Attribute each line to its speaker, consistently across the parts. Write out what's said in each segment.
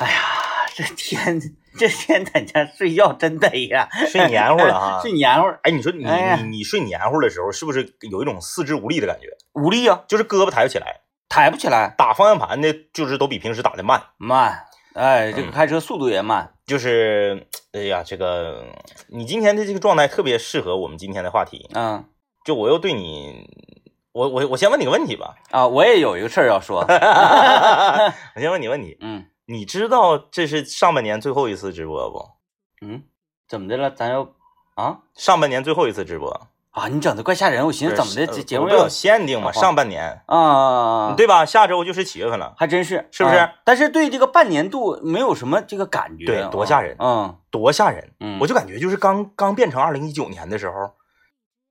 Speaker 1: 哎呀，这天这天在家睡觉真累呀， 。
Speaker 2: 睡黏糊了哈
Speaker 1: 睡黏糊了，
Speaker 2: 哎，你说你、
Speaker 1: 哎呀
Speaker 2: 你你睡黏糊的时候，是不是有一种四肢无力的啊感觉？
Speaker 1: 无力呀，
Speaker 2: 就是胳膊抬不起来，
Speaker 1: 抬不起来，
Speaker 2: 打方向盘的，就是都比平时打的慢。
Speaker 1: 慢，哎，这
Speaker 2: 嗯
Speaker 1: 个开车速度也慢，
Speaker 2: 就是，哎呀，这个你今天的这个状态特别适合我们今天的话题。
Speaker 1: 嗯
Speaker 2: 就我又对你，我我我先问你个问 题吧，
Speaker 1: 啊，我也有一个事儿要 说，
Speaker 2: 我先问你问题，
Speaker 1: 嗯
Speaker 2: 你知道这是上半年最后一次直播不？
Speaker 1: 嗯，怎么的了？咱要啊
Speaker 2: 上半年最后一次直播，
Speaker 1: 啊，你整的怪吓人，我寻思
Speaker 2: 不
Speaker 1: 怎
Speaker 2: 是
Speaker 1: 么的，
Speaker 2: 呃
Speaker 1: 这节
Speaker 2: 我
Speaker 1: 目
Speaker 2: 都
Speaker 1: 要
Speaker 2: 有限定嘛，
Speaker 1: 啊
Speaker 2: 上半年，
Speaker 1: 啊，，
Speaker 2: 嗯对吧？下周就是七月份了，
Speaker 1: 还真是，
Speaker 2: 是不是
Speaker 1: 啊但是对这个半年度没有什么这个感觉，
Speaker 2: 对多吓人
Speaker 1: 嗯
Speaker 2: 多吓人！
Speaker 1: 嗯，
Speaker 2: 我就感觉就是刚刚变成二零一九年的时候，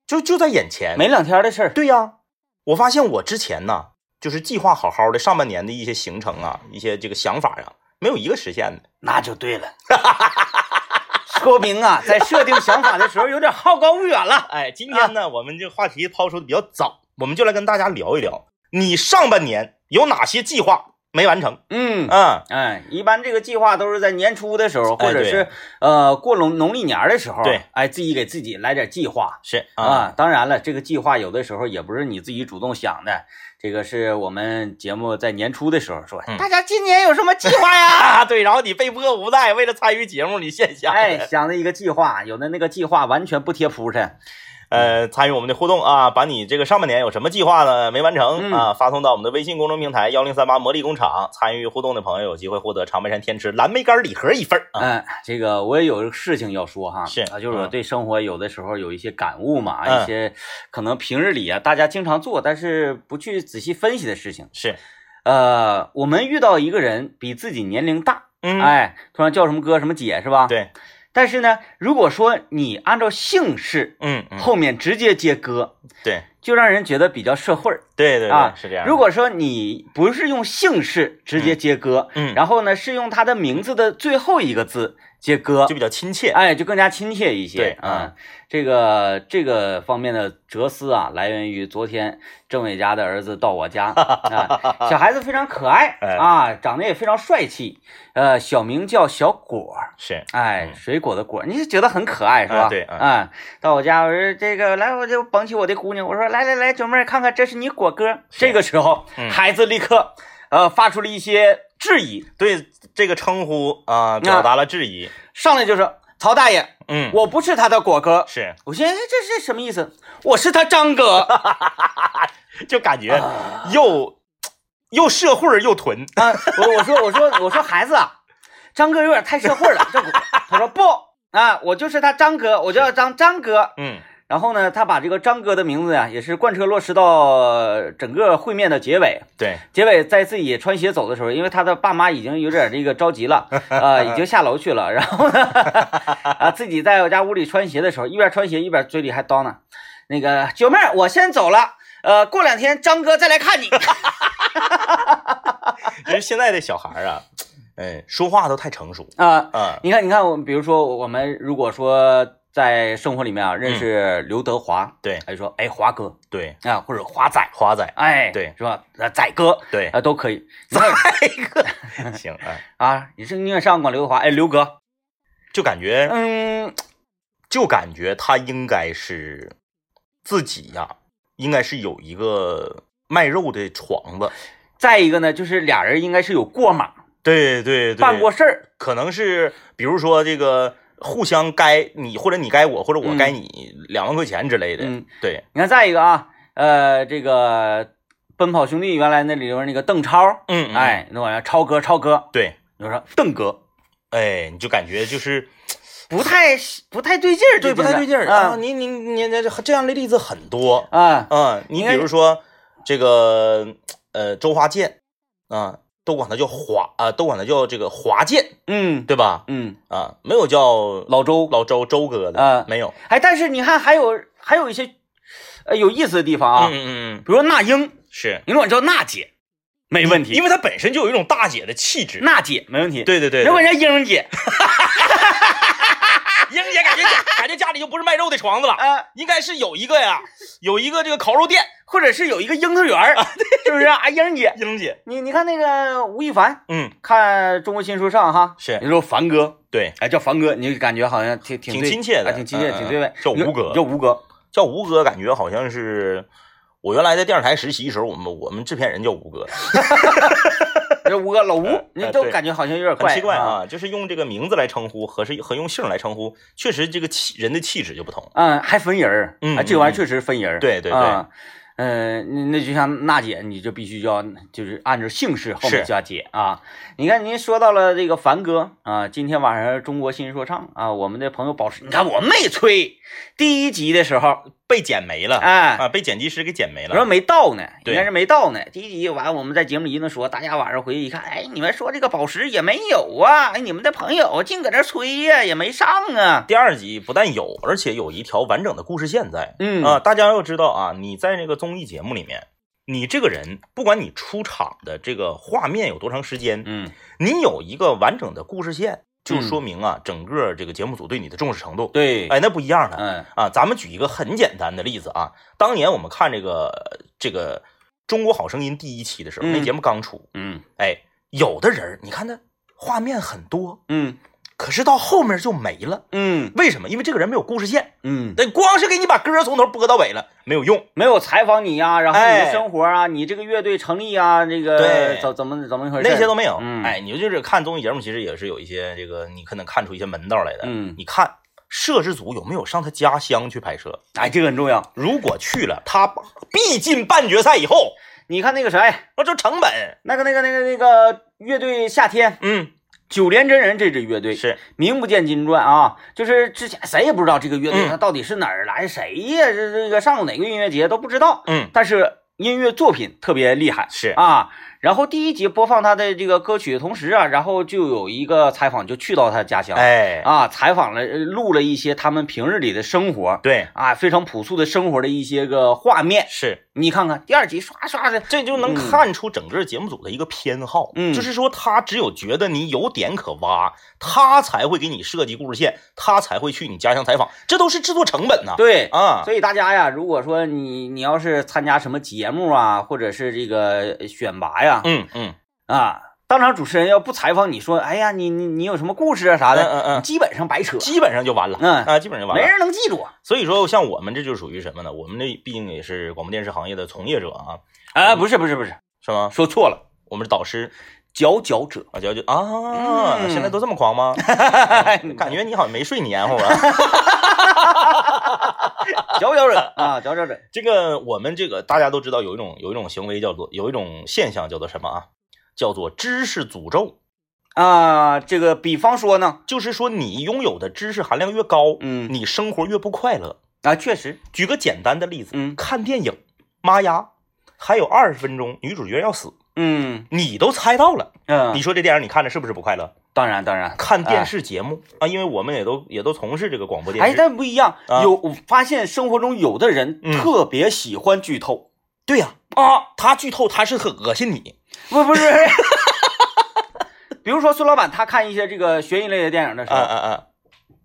Speaker 2: 就就在眼前，
Speaker 1: 没两天的事儿，
Speaker 2: 对呀、我发现我之前呢，就是计划好好的上半年的一些行程啊，一些这个想法呀、没有一个实现的。
Speaker 1: 那就对了。 说明啊，在设定想法的时候有点好高骛远了。
Speaker 2: 哎，今天呢，我们这话题抛出的比较早，我们就来跟大家聊一聊，你上半年有哪些计划没完成？
Speaker 1: 嗯，
Speaker 2: 嗯，
Speaker 1: 哎，一般这个计划都是在年初的时候，
Speaker 2: 哎
Speaker 1: 或者
Speaker 2: 对
Speaker 1: 是、呃过农农历年的时候，
Speaker 2: 对，
Speaker 1: 哎，自己给自己来点计划。
Speaker 2: 是啊，
Speaker 1: 啊，当然了，这个计划有的时候也不是你自己主动想的，这个是我们节目在年初的时候说，
Speaker 2: 嗯
Speaker 1: 大家今年有什么计 划呀？
Speaker 2: 啊，对，然后你被迫无奈，为了参与节目，你线下
Speaker 1: 哎，想的一个计划，有的那个计划完全不贴铺陈。
Speaker 2: 呃，参与我们的互动啊，把你这个上半年有什么计划呢？没完成
Speaker 1: 嗯
Speaker 2: 啊，发送到我们的微信公众平台幺零三八魔力工厂，参与互动的朋友有机会获得长白山天池蓝莓干礼盒一份儿啊。
Speaker 1: 嗯、这个我也有事情要说哈，
Speaker 2: 是
Speaker 1: 啊，就是我
Speaker 2: 嗯
Speaker 1: 对生活有的时候有一些感悟嘛，
Speaker 2: 嗯
Speaker 1: 一些可能平日里啊大家经常做，但是不去仔细分析的事情。
Speaker 2: 是，
Speaker 1: 呃，我们遇到一个人比自己年龄大，
Speaker 2: 嗯，
Speaker 1: 哎，突然叫什么哥什么姐是吧？。
Speaker 2: 对，
Speaker 1: 但是呢，如果说你按照姓氏
Speaker 2: 嗯，嗯
Speaker 1: 后面直接接哥，
Speaker 2: 对，
Speaker 1: 就让人觉得比较社会儿。
Speaker 2: 对对
Speaker 1: 啊
Speaker 2: 对，是这样的。
Speaker 1: 如果说你不是用姓氏直接接哥，
Speaker 2: 嗯，
Speaker 1: 然后呢是用他的名字的最后一个字接哥
Speaker 2: 就，比较亲切。
Speaker 1: 哎，就更加亲切一些。
Speaker 2: 对
Speaker 1: 啊、这个这个方面的哲思啊，来源于昨天政委家的儿子到我 家啊，小孩子非常可爱
Speaker 2: 哎
Speaker 1: 啊，长得也非常帅气，呃，小名叫小果儿。
Speaker 2: 是，
Speaker 1: 哎，
Speaker 2: 嗯
Speaker 1: 水果的果儿，你就觉得很可爱是吧？
Speaker 2: 啊对啊
Speaker 1: 啊，到我家，我说这个来，我就捧起我的姑娘，我说来来来，九妹儿，看看这是你果哥。这个时候，
Speaker 2: 嗯
Speaker 1: 孩子立刻呃发出了一些质疑，
Speaker 2: 对这个称呼啊、表达了质疑。
Speaker 1: 上来就说曹大爷，
Speaker 2: 嗯，
Speaker 1: 我不是他的果哥。
Speaker 2: 是，
Speaker 1: 我寻思哎这是什么意思？我是他张 哥
Speaker 2: 就感觉又、又社会儿又屯。
Speaker 1: 啊！我我说我说我说孩子啊，张哥有点太社会了。这他说不啊，我就是他张哥，我叫张张哥。
Speaker 2: 嗯，
Speaker 1: 然后呢，他把这个张哥的名字呀、也是贯彻落实到呃整个会面的结尾。
Speaker 2: 对，
Speaker 1: 结尾在自己穿鞋走的时候，因为他的爸妈已经有点这个着急了，呃，已经下楼去了。然后呢， 啊，自己在我家屋里穿鞋的时候，一边穿鞋一边嘴里还叨呢，那个九妹儿，我先走了，呃，过两天张哥再来看你。
Speaker 2: 就是现在的小孩儿啊，嗯，说话都太成熟
Speaker 1: 啊、
Speaker 2: 啊。
Speaker 1: 你看，你看，我们比如说，我们如果说在生活里面啊认识刘德华，
Speaker 2: 嗯对
Speaker 1: 还说哎华哥
Speaker 2: 对，
Speaker 1: 啊，或者华仔，
Speaker 2: 华仔，
Speaker 1: 哎，
Speaker 2: 对
Speaker 1: 是吧？呃仔哥，
Speaker 2: 对
Speaker 1: 啊，，都可以。
Speaker 2: 再 一个，行啊，
Speaker 1: 啊，你是宁愿上管刘德华？哎，刘哥，
Speaker 2: 就感觉
Speaker 1: 嗯，
Speaker 2: 就感觉他应该是自己呀、应该是有一个卖肉的床子。
Speaker 1: 再一个呢，就是俩人应该是有过码，
Speaker 2: 对对对，
Speaker 1: 办过事儿，
Speaker 2: 可能是比如说这个互相该你或者你该我或者我该你两万块钱之类的，
Speaker 1: 嗯，
Speaker 2: 对，
Speaker 1: 你看，再一个啊，呃，这个《奔跑兄弟》原来那里边那个邓超，
Speaker 2: 嗯，
Speaker 1: 哎，那玩意儿，超哥，超哥，
Speaker 2: 对，
Speaker 1: 我说邓哥
Speaker 2: 哎，你就感觉就是
Speaker 1: 不太不太对劲儿，
Speaker 2: 对不太对劲儿啊，
Speaker 1: 啊
Speaker 2: 你你你这这样的例子很多，
Speaker 1: 啊，
Speaker 2: 嗯，你
Speaker 1: 应
Speaker 2: 比
Speaker 1: 该
Speaker 2: 如说这个呃周华健，啊，都管他叫华啊，都管他叫这个华健，
Speaker 1: 嗯
Speaker 2: 对吧？
Speaker 1: 嗯，
Speaker 2: 啊，没有叫
Speaker 1: 老周，
Speaker 2: 老周周哥的，
Speaker 1: 啊
Speaker 2: 没有，
Speaker 1: 哎，但是你看还有还有一些呃有意思的地方啊，
Speaker 2: 嗯
Speaker 1: 比
Speaker 2: 嗯嗯，
Speaker 1: 如说那英，
Speaker 2: 是
Speaker 1: 你管叫娜姐，没问题，
Speaker 2: 因
Speaker 1: 为
Speaker 2: 为他本身就有一种大姐的气质，
Speaker 1: 娜姐没问题，
Speaker 2: 对对对，
Speaker 1: 人管人家英姐，
Speaker 2: 英姐感觉感觉家里就不是卖肉的床子了，
Speaker 1: 啊，
Speaker 2: 应该是有一个呀，有一个这个烤肉店，
Speaker 1: 或者是有一个樱桃园儿，是不是啊？英姐，
Speaker 2: 英姐，
Speaker 1: 你你看那个吴亦凡，
Speaker 2: 嗯，
Speaker 1: 看《中国新说唱》哈，
Speaker 2: 是
Speaker 1: 你说凡哥，
Speaker 2: 对，
Speaker 1: 哎，叫凡哥，你就感觉好像挺挺
Speaker 2: 挺
Speaker 1: 对
Speaker 2: 亲切的
Speaker 1: 啊挺亲切，
Speaker 2: 嗯
Speaker 1: 挺对味。
Speaker 2: 叫吴哥
Speaker 1: 你说叫吴哥，
Speaker 2: 叫吴哥，感觉好像是我原来在电视台实习的时候，我们我们制片人叫吴哥，
Speaker 1: 这吴哥老吴，你
Speaker 2: 哎
Speaker 1: 都
Speaker 2: 对
Speaker 1: 感觉好像有点
Speaker 2: 很
Speaker 1: 怪，
Speaker 2: 奇怪
Speaker 1: 啊。
Speaker 2: 啊，就是用这个名字来称呼和是和用姓来称呼，确实这个气人的气质就不同。
Speaker 1: 嗯，还分人儿，
Speaker 2: 嗯
Speaker 1: 啊这玩意儿
Speaker 2: 嗯
Speaker 1: 确实分人儿。
Speaker 2: 对对对
Speaker 1: 啊嗯，那那就像娜姐，你就必须要就是按照姓氏后面
Speaker 2: 是
Speaker 1: 加姐啊。你看，您说到了这个凡哥啊，今天晚上中国新说唱啊，我们的朋友宝石，你看我没吹第一集的时候，
Speaker 2: 被剪没了
Speaker 1: 哎，
Speaker 2: 啊，被剪辑师给剪没
Speaker 1: 我说
Speaker 2: 了。
Speaker 1: 没到呢，应
Speaker 2: 对
Speaker 1: 该是没到呢。第一集完，我们在节目里一顿说，大家晚上回去一看，哎，你们说这个宝石也没有啊，哎，你们的朋友净搁这吹呀、也没上啊。
Speaker 2: 第二集不但有，而且有一条完整的故事线在。
Speaker 1: 嗯
Speaker 2: 啊，大家要知道啊，你在这个综艺节目里面，你这个人不管你出场的这个画面有多长时间，
Speaker 1: 嗯
Speaker 2: 你有一个完整的故事线，就
Speaker 1: 嗯
Speaker 2: 说明啊，整个这个节目组对你的重视程度，
Speaker 1: 对，
Speaker 2: 哎，那不一样的。
Speaker 1: 嗯
Speaker 2: 啊，咱们举一个很简单的例子啊，当年我们看这个这个《中国好声音》第一期的时候，那
Speaker 1: 嗯
Speaker 2: 节目刚出，
Speaker 1: 嗯
Speaker 2: 哎，有的人儿你看他画面很多，
Speaker 1: 嗯
Speaker 2: 可是到后面就没了，
Speaker 1: 嗯
Speaker 2: 为什么？因为这个人没有故事线，
Speaker 1: 嗯，
Speaker 2: 那光是给你把歌从头播到尾了没有用。
Speaker 1: 没有采访你呀、然后你的
Speaker 2: 哎
Speaker 1: 生活啊，你这个乐队成立啊，这个
Speaker 2: 对
Speaker 1: 怎怎么怎么一回事？
Speaker 2: 那些都没有，
Speaker 1: 嗯
Speaker 2: 哎，你就是看综艺节目，其实也是有一些这个，你可能看出一些门道来的。
Speaker 1: 嗯
Speaker 2: 你看摄制组有没有上他家乡去拍摄？
Speaker 1: 哎，这个很重要。
Speaker 2: 如果去了，他必进半决赛以后，
Speaker 1: 你看那个谁，
Speaker 2: 那这成本，
Speaker 1: 那个那个那个那个乐队夏天
Speaker 2: 嗯，
Speaker 1: 九连真人这支乐队
Speaker 2: 是
Speaker 1: 名不见经传啊，就是之前谁也不知道这个乐队
Speaker 2: 嗯
Speaker 1: 它到底是哪儿来，谁呀？这这个上过哪个音乐节都不知道。
Speaker 2: 嗯
Speaker 1: 但是音乐作品特别厉害，
Speaker 2: 是
Speaker 1: 啊。然后第一集播放他的这个歌曲的同时啊，然后就有一个采访就去到他家乡，
Speaker 2: 哎，
Speaker 1: 啊，采访了呃录了一些他们平日里的生活。
Speaker 2: 对，
Speaker 1: 啊，非常朴素的生活的一些个画面，
Speaker 2: 是，
Speaker 1: 你看看第二集刷刷的，
Speaker 2: 这就能
Speaker 1: 嗯
Speaker 2: 看出整个节目组的一个偏好，
Speaker 1: 嗯
Speaker 2: 就是说他只有觉得你有点可挖，他才会给你设计故事线，他才会去你家乡采访，这都是制作成本呐、
Speaker 1: 对
Speaker 2: 啊，
Speaker 1: 所以大家呀，如果说你你要是参加什么节目啊，或者是这个选拔呀，
Speaker 2: 嗯嗯，
Speaker 1: 啊，当场主持人要不采访你说，哎呀，你你你有什么故事啊啥
Speaker 2: 嗯
Speaker 1: 的，
Speaker 2: 嗯嗯
Speaker 1: 你，基本上白扯，
Speaker 2: 基本上就完了，
Speaker 1: 嗯
Speaker 2: 啊，基本上就完
Speaker 1: 没
Speaker 2: 了。
Speaker 1: 人能记住。啊
Speaker 2: 所以说，像我们这就属于什么呢？我们这毕竟也是广播电视行业的从业者啊，
Speaker 1: 啊，不是不是不是，
Speaker 2: 是吗？
Speaker 1: 说错了，
Speaker 2: 我们是导师
Speaker 1: 佼佼 者。
Speaker 2: 啊，就就啊，
Speaker 1: 嗯
Speaker 2: 现在都这么 狂吗？
Speaker 1: 哎
Speaker 2: 感觉你好像没睡年乎啊。
Speaker 1: 佼佼者啊，佼佼者，
Speaker 2: 这个我们这个大家都知道，有一种有一种行为叫做有一种现象叫做什么啊？叫做知识诅咒，
Speaker 1: 啊，这个比方说呢，
Speaker 2: 就是说你拥有的知识含量越高，
Speaker 1: 嗯
Speaker 2: 你生活越不快乐。
Speaker 1: 啊，确实，
Speaker 2: 举个简单的例子，
Speaker 1: 嗯
Speaker 2: 看电影，妈呀，还有二十分钟，女主角要死，
Speaker 1: 嗯
Speaker 2: 你都猜到了。
Speaker 1: 嗯，
Speaker 2: 你说这电影你看着是不是不快乐？
Speaker 1: 当然当然，
Speaker 2: 看电视节目啊，因为我们也都也都从事这个广播电
Speaker 1: 哎，
Speaker 2: 视。
Speaker 1: 但不一样，
Speaker 2: 啊
Speaker 1: 有我发现生活中有的人
Speaker 2: 嗯
Speaker 1: 特别喜欢剧透
Speaker 2: 对呀、
Speaker 1: 啊，
Speaker 2: 他剧透他是很恶心你。
Speaker 1: 不不是。 比如说孙老板他看一些这个悬疑类的电影的时
Speaker 2: 啊
Speaker 1: 候，
Speaker 2: 啊啊！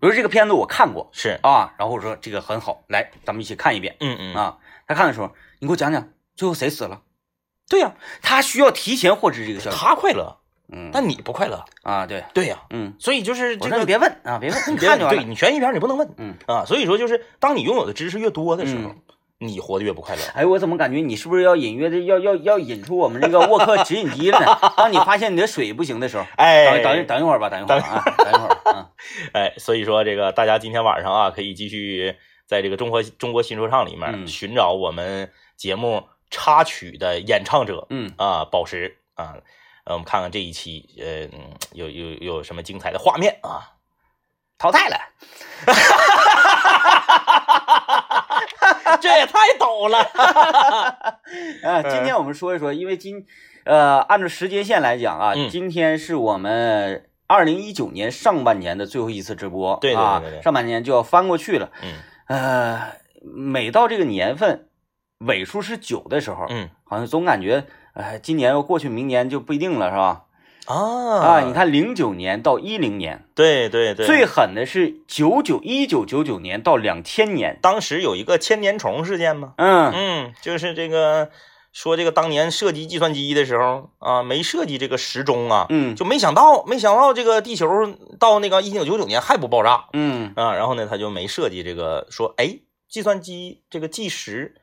Speaker 1: 比如这个片子我看过
Speaker 2: 是，
Speaker 1: 啊，然后我说这个很好，来咱们一起看一遍
Speaker 2: 嗯嗯，
Speaker 1: 啊。他看的时候，你给我讲讲最后谁死了？对呀、他需要提前获知这个消息。
Speaker 2: 他快乐，
Speaker 1: 嗯，
Speaker 2: 但你不快乐。
Speaker 1: 啊对，
Speaker 2: 对呀、
Speaker 1: 嗯，
Speaker 2: 所以就是
Speaker 1: 我
Speaker 2: 这
Speaker 1: 说
Speaker 2: 个
Speaker 1: 你别问啊，别问，你
Speaker 2: 别
Speaker 1: 看就完
Speaker 2: 对
Speaker 1: 了。
Speaker 2: 你悬疑片你不能问。
Speaker 1: 嗯
Speaker 2: 啊，所以说就是当你拥有的知识越多的时候，你活得越不快乐。
Speaker 1: 哎，我怎么感觉你是不是要隐约的要要要引出我们这个沃克直饮 机了呢？当你发现你的水不行的时候，等
Speaker 2: 哎，
Speaker 1: 等一等一会儿吧，等一会儿吧啊，等一会儿吧啊。
Speaker 2: 哎，所以说这个大家今天晚上啊，可以继续在这个中国中国新说唱里面
Speaker 1: 嗯
Speaker 2: 寻找我们节目插曲的演唱者。
Speaker 1: 嗯，
Speaker 2: 啊，宝石啊，呃，我们看看这一期，呃，嗯有有有什么精彩的画面啊？
Speaker 1: 淘 汰了。啊
Speaker 2: 这也太陡了。嗯
Speaker 1: 呃，今天我们说一说，因为今，呃，按照时间线来讲啊，
Speaker 2: 嗯
Speaker 1: 今天是我们二零一九年上半年的最后一次直播，
Speaker 2: 对对对
Speaker 1: 啊
Speaker 2: 对对
Speaker 1: 上半年就要翻过去了。
Speaker 2: 嗯
Speaker 1: 呃，每到这个年份尾数是九的时候，
Speaker 2: 嗯，
Speaker 1: 好像总感觉，呃，今年要过去，明年就不一定了，是吧？
Speaker 2: 啊
Speaker 1: 啊！你，看零九年到一零年，
Speaker 2: 对对对，
Speaker 1: 最狠的是九九一九九九年到两千年，
Speaker 2: 当时有一个千年虫事件吗？
Speaker 1: 嗯，
Speaker 2: 嗯，就是这个说这个当年设计计算机的时候啊，没设计这个时钟啊，
Speaker 1: 嗯
Speaker 2: 就没想到，没想到这个地球到那个一九九九年还不爆炸
Speaker 1: 嗯
Speaker 2: 啊，然后呢，他就没设计这个说，哎，计算机这个计时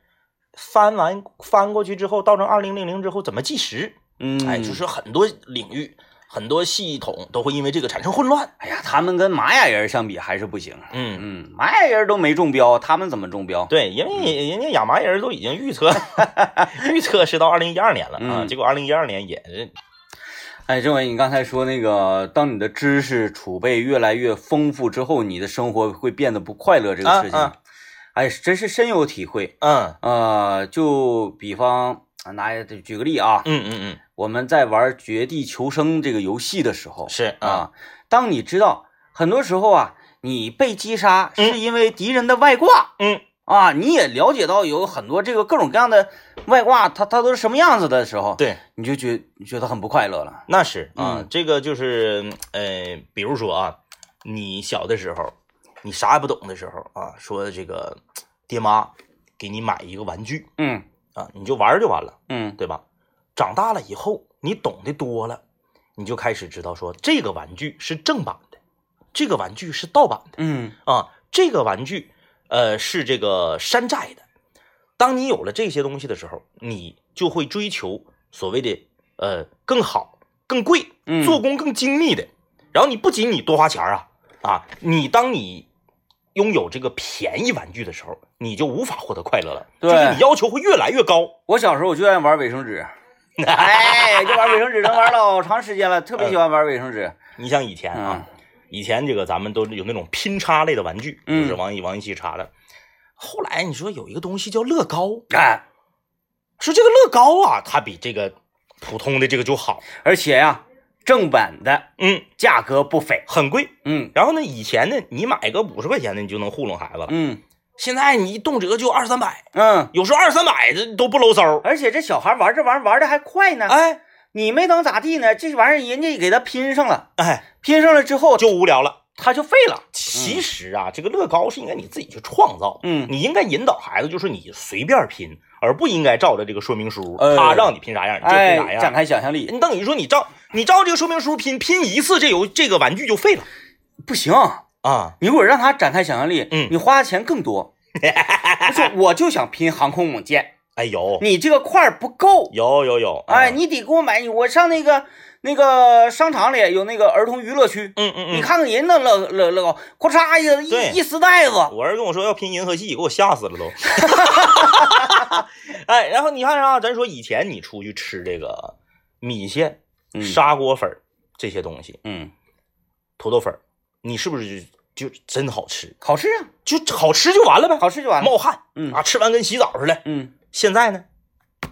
Speaker 2: 翻完翻过去之后，倒成二零零零之后怎么计时？
Speaker 1: 嗯，
Speaker 2: 哎，就是很多领域。很多系统都会因为这个产生混乱。
Speaker 1: 哎呀，他们跟玛雅人相比还是不行，
Speaker 2: 嗯，
Speaker 1: 嗯，玛雅人都没中标，他们怎么中标？
Speaker 2: 对，因为人家亚麻人都已经预测 预测是到二零一二年了啊，
Speaker 1: 嗯
Speaker 2: 结果二零一二年也是
Speaker 1: 哎，政委，你刚才说那个，当你的知识储备越来越丰富之后，你的生活会变得不快乐这个事情，
Speaker 2: 啊啊
Speaker 1: 哎，真是深有体会。
Speaker 2: 嗯
Speaker 1: 呃，就比方啊拿举个例啊，
Speaker 2: 嗯嗯嗯，
Speaker 1: 我们在玩《绝地求生》这个游戏的时候，
Speaker 2: 是啊，
Speaker 1: 啊，当你知道很多时候啊，你被击杀是因为敌人的外挂，
Speaker 2: 嗯
Speaker 1: 啊，你也了解到有很多这个各种各样的外挂，它它都是什么样子的时候，
Speaker 2: 对，
Speaker 1: 你就觉你觉得很不快乐了。
Speaker 2: 那是啊，
Speaker 1: 嗯
Speaker 2: 这个就是呃，比如说啊，你小的时候，你啥也不懂的时候啊，说这个爹妈给你买一个玩具
Speaker 1: 嗯
Speaker 2: 啊，你就玩儿就完了，
Speaker 1: 嗯
Speaker 2: 对吧？长大了以后，你懂得多了，你就开始知道说这个玩具是正版的，这个玩具是盗版的。
Speaker 1: 嗯
Speaker 2: 啊，这个玩具，呃，是这个山寨的。当你有了这些东西的时候，你就会追求所谓的呃更好、更贵
Speaker 1: 嗯、
Speaker 2: 做工更精密的。然后你不仅你多花钱儿啊啊，你当你拥有这个便宜玩具的时候，你就无法获得快乐了，就是
Speaker 1: 对
Speaker 2: 你要求会越来越高。
Speaker 1: 我小时候我就爱玩卫生纸， 哎，就玩卫生纸，能玩老长时间了，特别喜欢玩卫生 纸。
Speaker 2: 你像以前啊，以前这个咱们都有那种拼插类的玩具，
Speaker 1: 嗯
Speaker 2: 就是王一王一奇插的。后来你说有一个东西叫乐高，
Speaker 1: 哎，
Speaker 2: 说这个乐高啊，它比这个普通的这个就好，
Speaker 1: 而且呀、正版的
Speaker 2: 嗯，
Speaker 1: 价格不菲。
Speaker 2: 很贵。
Speaker 1: 嗯
Speaker 2: 然后呢，以前呢，你买个五十块钱的，你就能糊弄孩子了。
Speaker 1: 嗯
Speaker 2: 现在你一动辄就二三百，
Speaker 1: 嗯，
Speaker 2: 有时候二三百这都不搂搜儿。
Speaker 1: 而且这小孩玩这玩意儿玩的还快呢。
Speaker 2: 哎
Speaker 1: 你没等咋地呢，这玩意儿人家给他拼上了，
Speaker 2: 哎，
Speaker 1: 拼上了之后
Speaker 2: 就无聊了。
Speaker 1: 他就废了。
Speaker 2: 其实啊，这个乐高是应该你自己去创造，
Speaker 1: 嗯
Speaker 2: 你应该引导孩子，就是你随便拼，而不应该照着这个说明书，
Speaker 1: 哎
Speaker 2: 他让你拼啥样你就拼
Speaker 1: 哎
Speaker 2: 啥，
Speaker 1: 展
Speaker 2: 样。
Speaker 1: 开想象力
Speaker 2: 你等于说你照你照这个说明书拼，拼一次这游这个玩具就废了
Speaker 1: 不行，
Speaker 2: 啊！
Speaker 1: 你如果让他展开想象力，
Speaker 2: 嗯
Speaker 1: 你花的钱更多。 不是，我就想拼航空母舰，
Speaker 2: 哎，有
Speaker 1: 你这个块儿不够，
Speaker 2: 有有有，
Speaker 1: 哎，
Speaker 2: 嗯
Speaker 1: 你得给我买，我上那个那个商场里有那个儿童娱乐区，
Speaker 2: 嗯嗯
Speaker 1: 你
Speaker 2: 嗯，
Speaker 1: 看看人那乐乐乐高，咔嚓一
Speaker 2: 对
Speaker 1: 一一丝袋子，
Speaker 2: 我儿子跟我说要拼银河系，给我吓死了都。 哎，然后你看啊，咱说以前你出去吃这个米线、
Speaker 1: 嗯
Speaker 2: 砂锅粉儿这些东西，
Speaker 1: 嗯，
Speaker 2: 土豆粉儿，你是不是就就真好吃？
Speaker 1: 好吃啊，
Speaker 2: 就好吃就完了呗，
Speaker 1: 好吃就完了。
Speaker 2: 冒汗，
Speaker 1: 嗯
Speaker 2: 啊，吃完跟洗澡似的。
Speaker 1: 嗯，
Speaker 2: 现在呢，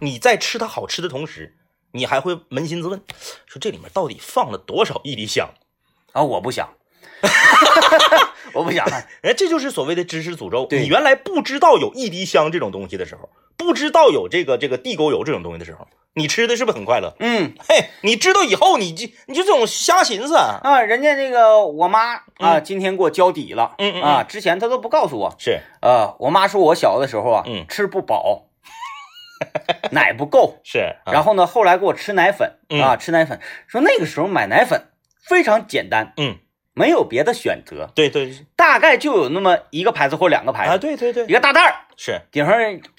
Speaker 2: 你在吃它好吃的同时，你还会扪心自问，说这里面到底放了多少一滴香？
Speaker 1: 啊，我不 想， 我不想，
Speaker 2: 哎，这就是所谓的知识诅咒。
Speaker 1: 对
Speaker 2: 你原来不知道有一滴香这种东西的时候，不知道有这个这个地沟油这种东西的时候，你吃的是不是很快乐？
Speaker 1: 嗯。
Speaker 2: 嘿，你知道以后，你就你就这种瞎寻思啊，
Speaker 1: 啊，人家那个我妈啊，今天给我交底了，
Speaker 2: 嗯嗯嗯嗯
Speaker 1: 啊，之前她都不告诉我，
Speaker 2: 是
Speaker 1: 啊，我妈说我小的时候啊，
Speaker 2: 嗯
Speaker 1: 吃不饱，奶不够，
Speaker 2: 是，
Speaker 1: 然
Speaker 2: 后
Speaker 1: 后呢，后来给我吃奶粉
Speaker 2: 啊嗯
Speaker 1: 啊，吃奶粉，说那个时候买奶粉非常简单，
Speaker 2: 嗯，
Speaker 1: 没有别的选择，
Speaker 2: 对对
Speaker 1: 大概就有那么一个牌子或两个牌
Speaker 2: 啊，
Speaker 1: 子，
Speaker 2: 对对
Speaker 1: 一
Speaker 2: 对，
Speaker 1: 个大袋儿，
Speaker 2: 是，
Speaker 1: 顶上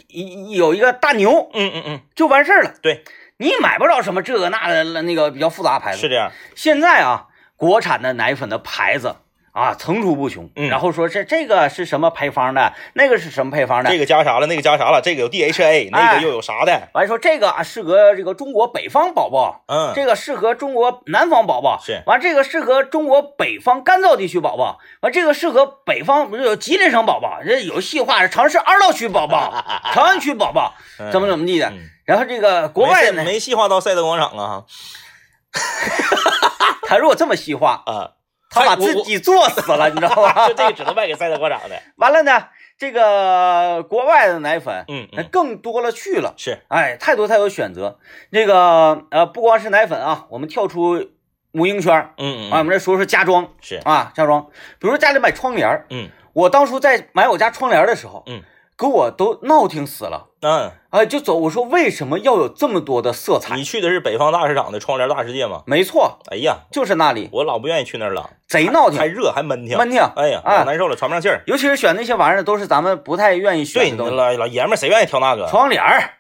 Speaker 1: 一有一个大牛
Speaker 2: 嗯嗯嗯，
Speaker 1: 就完事儿了，
Speaker 2: 对，
Speaker 1: 你买不着什么这个那的那个比较复杂的牌子，
Speaker 2: 是这样，
Speaker 1: 现在啊，国产的奶粉的牌子啊层出不穷，
Speaker 2: 嗯
Speaker 1: 然后说这这个是什么配方的，那个是什么配方的，
Speaker 2: 这个加啥了，那个加啥了，这个有 DHA，那
Speaker 1: 哎
Speaker 2: 个又有啥的，
Speaker 1: 完说这个啊适合这个中国北方宝宝，
Speaker 2: 嗯，
Speaker 1: 这个适合中国南方宝宝，
Speaker 2: 是
Speaker 1: 完这个适合中国北方干燥地区宝宝，完这个适合北方不是有吉林省宝宝，这有细化长治二道区宝宝、 长安区宝宝，
Speaker 2: 嗯
Speaker 1: 怎么怎么地的。
Speaker 2: 嗯
Speaker 1: 然后这个国
Speaker 2: 没
Speaker 1: 外
Speaker 2: 细
Speaker 1: 的呢，
Speaker 2: 没细化到赛德广场啊
Speaker 1: 他如果这么细化，
Speaker 2: 啊，
Speaker 1: 他把
Speaker 2: 哎我
Speaker 1: 自
Speaker 2: 我
Speaker 1: 己作死了，你知道吧？
Speaker 2: 就这个只能卖给赛德广场的，
Speaker 1: 完了呢，这个国外的奶粉，
Speaker 2: 嗯
Speaker 1: 那
Speaker 2: 嗯，
Speaker 1: 更多了去了，
Speaker 2: 是，
Speaker 1: 哎，太多太多选择。这个呃，不光是奶粉啊，我们跳出母婴圈儿
Speaker 2: 嗯嗯
Speaker 1: 啊，我
Speaker 2: 嗯，
Speaker 1: 们这说说家装
Speaker 2: 是，
Speaker 1: 啊，家装，比如说家里买窗帘儿，
Speaker 2: 嗯
Speaker 1: 我当初在买我家窗帘儿的时候，
Speaker 2: 嗯，
Speaker 1: 给我都闹挺死了。
Speaker 2: 嗯，
Speaker 1: 啊，就走。我说为什么要有这么多的色彩？
Speaker 2: 你去的是北方大市场的窗帘大世界吗？
Speaker 1: 没错，
Speaker 2: 哎呀，
Speaker 1: 就是那里
Speaker 2: 我老不愿意去那儿了，
Speaker 1: 贼闹
Speaker 2: 还
Speaker 1: 挺，
Speaker 2: 热还闷挺，
Speaker 1: 哎闷挺。
Speaker 2: 哎呀，
Speaker 1: 啊
Speaker 2: 老难受了，喘不上气儿。
Speaker 1: 尤其是选那些玩意儿，都是咱们不太愿意
Speaker 2: 对，
Speaker 1: 选的
Speaker 2: 你
Speaker 1: 东西。
Speaker 2: 老老爷们儿谁愿意挑那个？
Speaker 1: 窗帘儿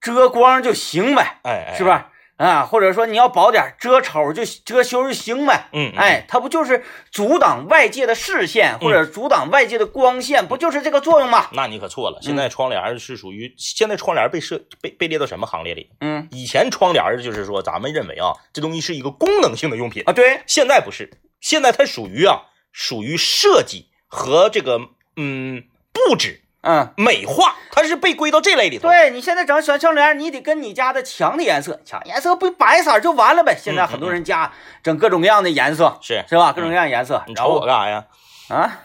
Speaker 1: 遮光就行呗，
Speaker 2: 哎哎，
Speaker 1: 是不是？啊，或者说你要薄点儿遮丑就遮羞就行呗。
Speaker 2: 嗯？嗯，
Speaker 1: 哎，它不就是阻挡外界的视线，或者阻挡外界的光线，不就是这个作用吗？
Speaker 2: 那你可错了。现在窗帘儿是属于现在窗帘儿被设被被列到什么行列里？
Speaker 1: 嗯
Speaker 2: 以前窗帘儿就是说咱们认为啊，这东西是一个功能性的用品，
Speaker 1: 啊，对，
Speaker 2: 现在不是，现在它属于啊，属于设计和这个嗯布置
Speaker 1: 嗯，
Speaker 2: 美化，它是被归到这类里头。
Speaker 1: 对你现在整小窗帘儿，你得跟你家的墙的颜色，墙颜色不白色儿就完了呗。现
Speaker 2: 嗯
Speaker 1: 在很多人家整各种各样的颜色，
Speaker 2: 是，
Speaker 1: 是吧？各种各样的颜色，
Speaker 2: 你
Speaker 1: 然
Speaker 2: 瞅我
Speaker 1: 后
Speaker 2: 干啥呀？
Speaker 1: 啊，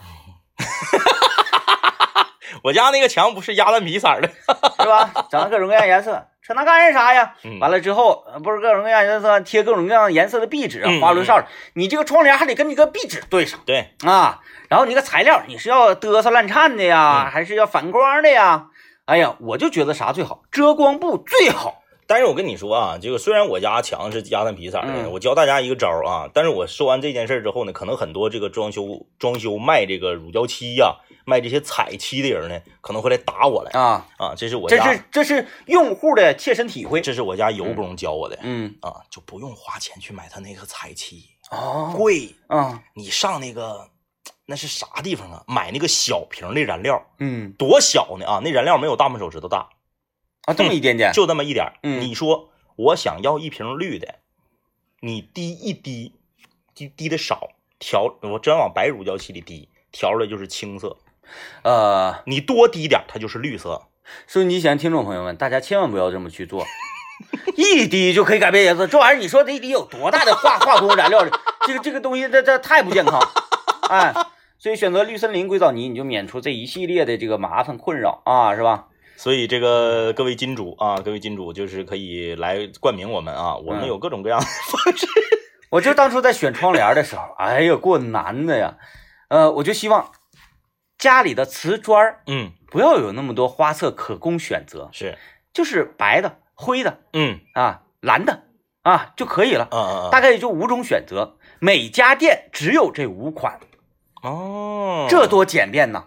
Speaker 2: 我家那个墙不是鸭蛋皮色儿的，
Speaker 1: 啊是吧？ 整各种各样的颜色，扯那干啥呀？
Speaker 2: 嗯
Speaker 1: 完了之后，呃不是各种各样颜色，贴各种各样颜色的壁纸啊
Speaker 2: 嗯，
Speaker 1: 花轮哨的。你这个窗帘还得跟你个壁纸对上
Speaker 2: 对，
Speaker 1: 啊。然后你个材料，你是要嘚瑟烂颤的呀，还是要反光的呀？哎呀，我就觉得啥最好，遮光布最好。
Speaker 2: 但是我跟你说啊，这个虽然我家墙是鸭蛋皮色儿的，
Speaker 1: 嗯
Speaker 2: 我教大家一个招儿啊，但是我说完这件事儿之后呢，可能很多这个装修装修卖这个乳胶漆呀、卖这些彩漆的人呢，可能会来打我来
Speaker 1: 啊，
Speaker 2: 啊。这是嗯我
Speaker 1: 这
Speaker 2: 家，
Speaker 1: 是这是用户的切身体会。
Speaker 2: 这是我家油工教我的、
Speaker 1: 嗯，
Speaker 2: 啊，就不用花钱去买他那个彩漆，
Speaker 1: 哦，
Speaker 2: 贵。
Speaker 1: 啊，
Speaker 2: 你上那个那是啥地方啊？买那个小瓶的燃料，
Speaker 1: 嗯
Speaker 2: 多小呢啊？那燃料没有大拇手指头大，
Speaker 1: 啊，这么一点点，
Speaker 2: 就那么一点儿。
Speaker 1: 嗯
Speaker 2: 你说我想要一瓶绿的，你滴一滴，滴滴的少，调我真往白乳胶漆里滴，调出来就是青色。
Speaker 1: 呃，
Speaker 2: 你多滴点儿，它就是绿色。
Speaker 1: 收音机前听众朋友们，大家千万不要这么去做， 一滴就可以改变颜色，这玩意儿你说得得有多大的化化工燃料？这个这个东西这这太不健康，哎，所以选择绿森林、硅藻泥，你就免除这一系列的这个麻烦困扰啊，是吧？
Speaker 2: 所以这个各位金主啊，各位金主就是可以来冠名我们啊，我们
Speaker 1: 嗯
Speaker 2: 有各种各样的方式。
Speaker 1: 我就当初在选窗帘的时候， 哎呀，给我难的呀，呃，我就希望家里的瓷砖儿
Speaker 2: 嗯，
Speaker 1: 不要有那么多花色可供选择，
Speaker 2: 是，
Speaker 1: 就是白的、灰的
Speaker 2: 嗯
Speaker 1: 啊、蓝的啊就可以了。
Speaker 2: 啊啊
Speaker 1: 大
Speaker 2: 啊，
Speaker 1: 概也就五种选择，每家店只有这五款，
Speaker 2: 哦，
Speaker 1: 这多简便呐！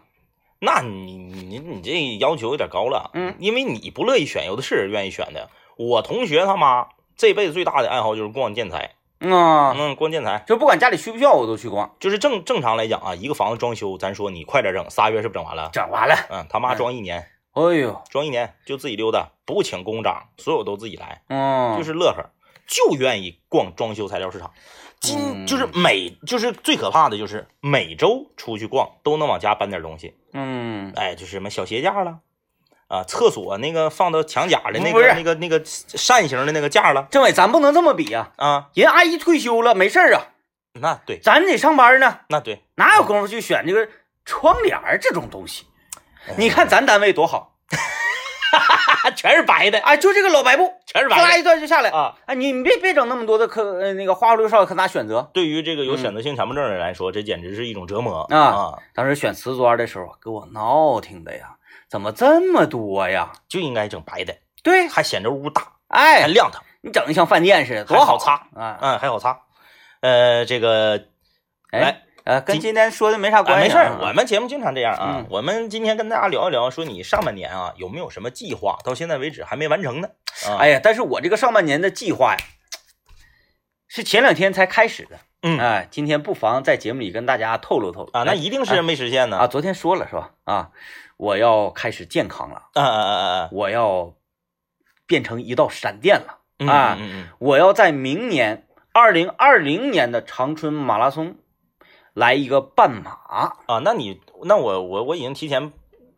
Speaker 2: 那你你你这要求有点高了，
Speaker 1: 嗯，
Speaker 2: 因为你不乐意选，有的是人愿意选的。我同学他妈这辈子最大的爱好就是逛建材，
Speaker 1: 嗯啊，
Speaker 2: 嗯，逛建材
Speaker 1: 就不管家里需不需要，我都去逛。
Speaker 2: 就是正正常来讲啊，一个房子装修，咱说你快点整，仨月是不是整完了？
Speaker 1: 整完了，
Speaker 2: 嗯，他妈装一年，
Speaker 1: 哎呦，
Speaker 2: 装一年就自己溜达，不请工长，所有都自己来，
Speaker 1: 嗯，
Speaker 2: 就是乐呵，就愿意逛装修材料市场。今就是每就是最可怕的就是每周出去逛都能往家搬点东西，
Speaker 1: 嗯，
Speaker 2: 哎，就是什么小鞋架了，啊，厕所那个放到墙角的那
Speaker 1: 不是
Speaker 2: 个那个那个扇形的那个架了
Speaker 1: 政委，咱不能这么比呀、
Speaker 2: 啊，
Speaker 1: 人阿姨退休了，没事儿啊，
Speaker 2: 那对，
Speaker 1: 咱得上班呢，
Speaker 2: 那对，
Speaker 1: 哪有功夫去选这个窗帘儿这种东西？你看咱单位多好，
Speaker 2: 全是白的，
Speaker 1: 哎，就这个老白布，
Speaker 2: 全是
Speaker 1: 唰啦
Speaker 2: 白
Speaker 1: 一段就下来
Speaker 2: 的啊。
Speaker 1: 哎，你你别别整那么多的可呃那个花花绿少可拿选择。
Speaker 2: 对于这个有选择性强迫症的人来说，这简直是一种折磨
Speaker 1: 嗯啊当时选瓷砖的时候，给我闹挺的呀，怎么这么多呀？
Speaker 2: 就应该整白的，
Speaker 1: 对，
Speaker 2: 还显着屋大，还
Speaker 1: 哎，
Speaker 2: 亮堂，
Speaker 1: 你整的像饭店似的，多
Speaker 2: 还
Speaker 1: 好
Speaker 2: 好擦
Speaker 1: 啊！
Speaker 2: 嗯，还好擦。呃，这个
Speaker 1: 哎，呃，跟
Speaker 2: 今
Speaker 1: 今天说的没啥
Speaker 2: 啊，
Speaker 1: 关
Speaker 2: 没
Speaker 1: 系
Speaker 2: 事
Speaker 1: 啊、
Speaker 2: 儿，我们节目经常这样啊。
Speaker 1: 嗯
Speaker 2: 我们今天跟大家聊一聊，说你上半年啊有没有什么计划，到现在为止还没完成呢？啊，
Speaker 1: 哎呀，但是我这个上半年的计划呀，是前两天才开始的。
Speaker 2: 嗯
Speaker 1: 哎，今天不妨在节目里跟大家透露透露
Speaker 2: 啊，那
Speaker 1: 哎
Speaker 2: 一定是没实现呢。
Speaker 1: 啊，昨天说了是吧？啊，我要开始健康了，
Speaker 2: 啊啊啊啊！
Speaker 1: 我要变成一道闪电了，
Speaker 2: 嗯
Speaker 1: 啊
Speaker 2: 嗯嗯
Speaker 1: 我要在明年二零二零年的长春马拉松来一个半马。
Speaker 2: 嗯啊，那你那我我我已经提前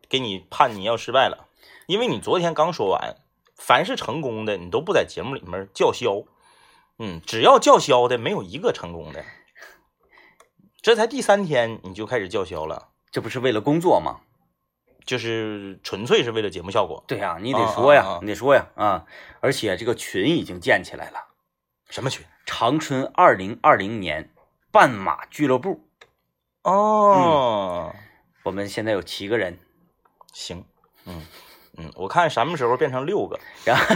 Speaker 2: 给你判你要失败了，因为你昨天刚说完，凡是成功的你都不在节目里面叫嚣，嗯，只要叫嚣的没有一个成功的，这才第三天你就开始叫嚣了，
Speaker 1: 这不是为了工作吗？
Speaker 2: 就是纯粹是为了节目效果，
Speaker 1: 对呀、你得说呀，
Speaker 2: 啊啊啊
Speaker 1: 你得说呀啊！而且这个群已经建起来了，
Speaker 2: 什么群？
Speaker 1: 长春二零二零年半马俱乐部，
Speaker 2: 哦，
Speaker 1: 我们现在有七个人，
Speaker 2: 行，嗯嗯，我看什么时候变成六 个，
Speaker 1: 然后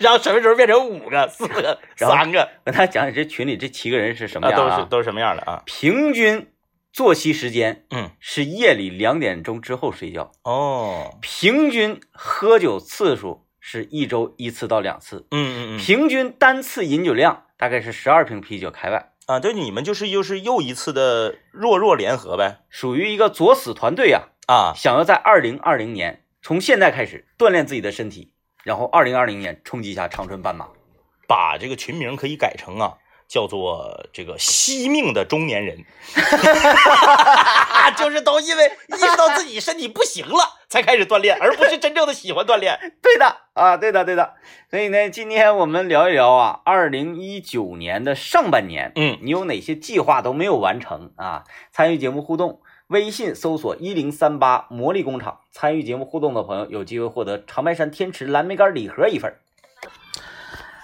Speaker 2: 然后什么时候变成五个、四个、
Speaker 1: 然后
Speaker 2: 三个，
Speaker 1: 我跟大家讲讲这群里这七个人是什么
Speaker 2: 那
Speaker 1: 样
Speaker 2: 都
Speaker 1: 啊？
Speaker 2: 是都是什么样的啊？
Speaker 1: 平均作息时间
Speaker 2: 嗯，
Speaker 1: 是夜里两点钟之后睡觉，
Speaker 2: 哦，
Speaker 1: 平均喝酒次数是一周一次到两次，
Speaker 2: 嗯嗯嗯，
Speaker 1: 平均单次饮酒量大概是十二瓶啤酒开外，
Speaker 2: 啊，对，你们就是又是又一次的弱弱联合呗，
Speaker 1: 属于一个作死团队啊。
Speaker 2: 啊，
Speaker 1: 想要在二零二零年从现在开始锻炼自己的身体，然后二零二零年冲击一下长春半马。
Speaker 2: 把这个群名可以改成啊，叫做这个惜命的中年人， 就是都因为意识到自己身体不行了才开始锻炼，而不是真正的喜欢锻炼。
Speaker 1: 对的啊，对的对的。所以呢，今天我们聊一聊啊，二零一九年的上半年，
Speaker 2: 嗯，
Speaker 1: 你有哪些计划都没有完成啊？参与节目互动，微信搜索一零三八魔力工厂，参与节目互动的朋友有机会获得长白山天池蓝莓干礼盒一份儿。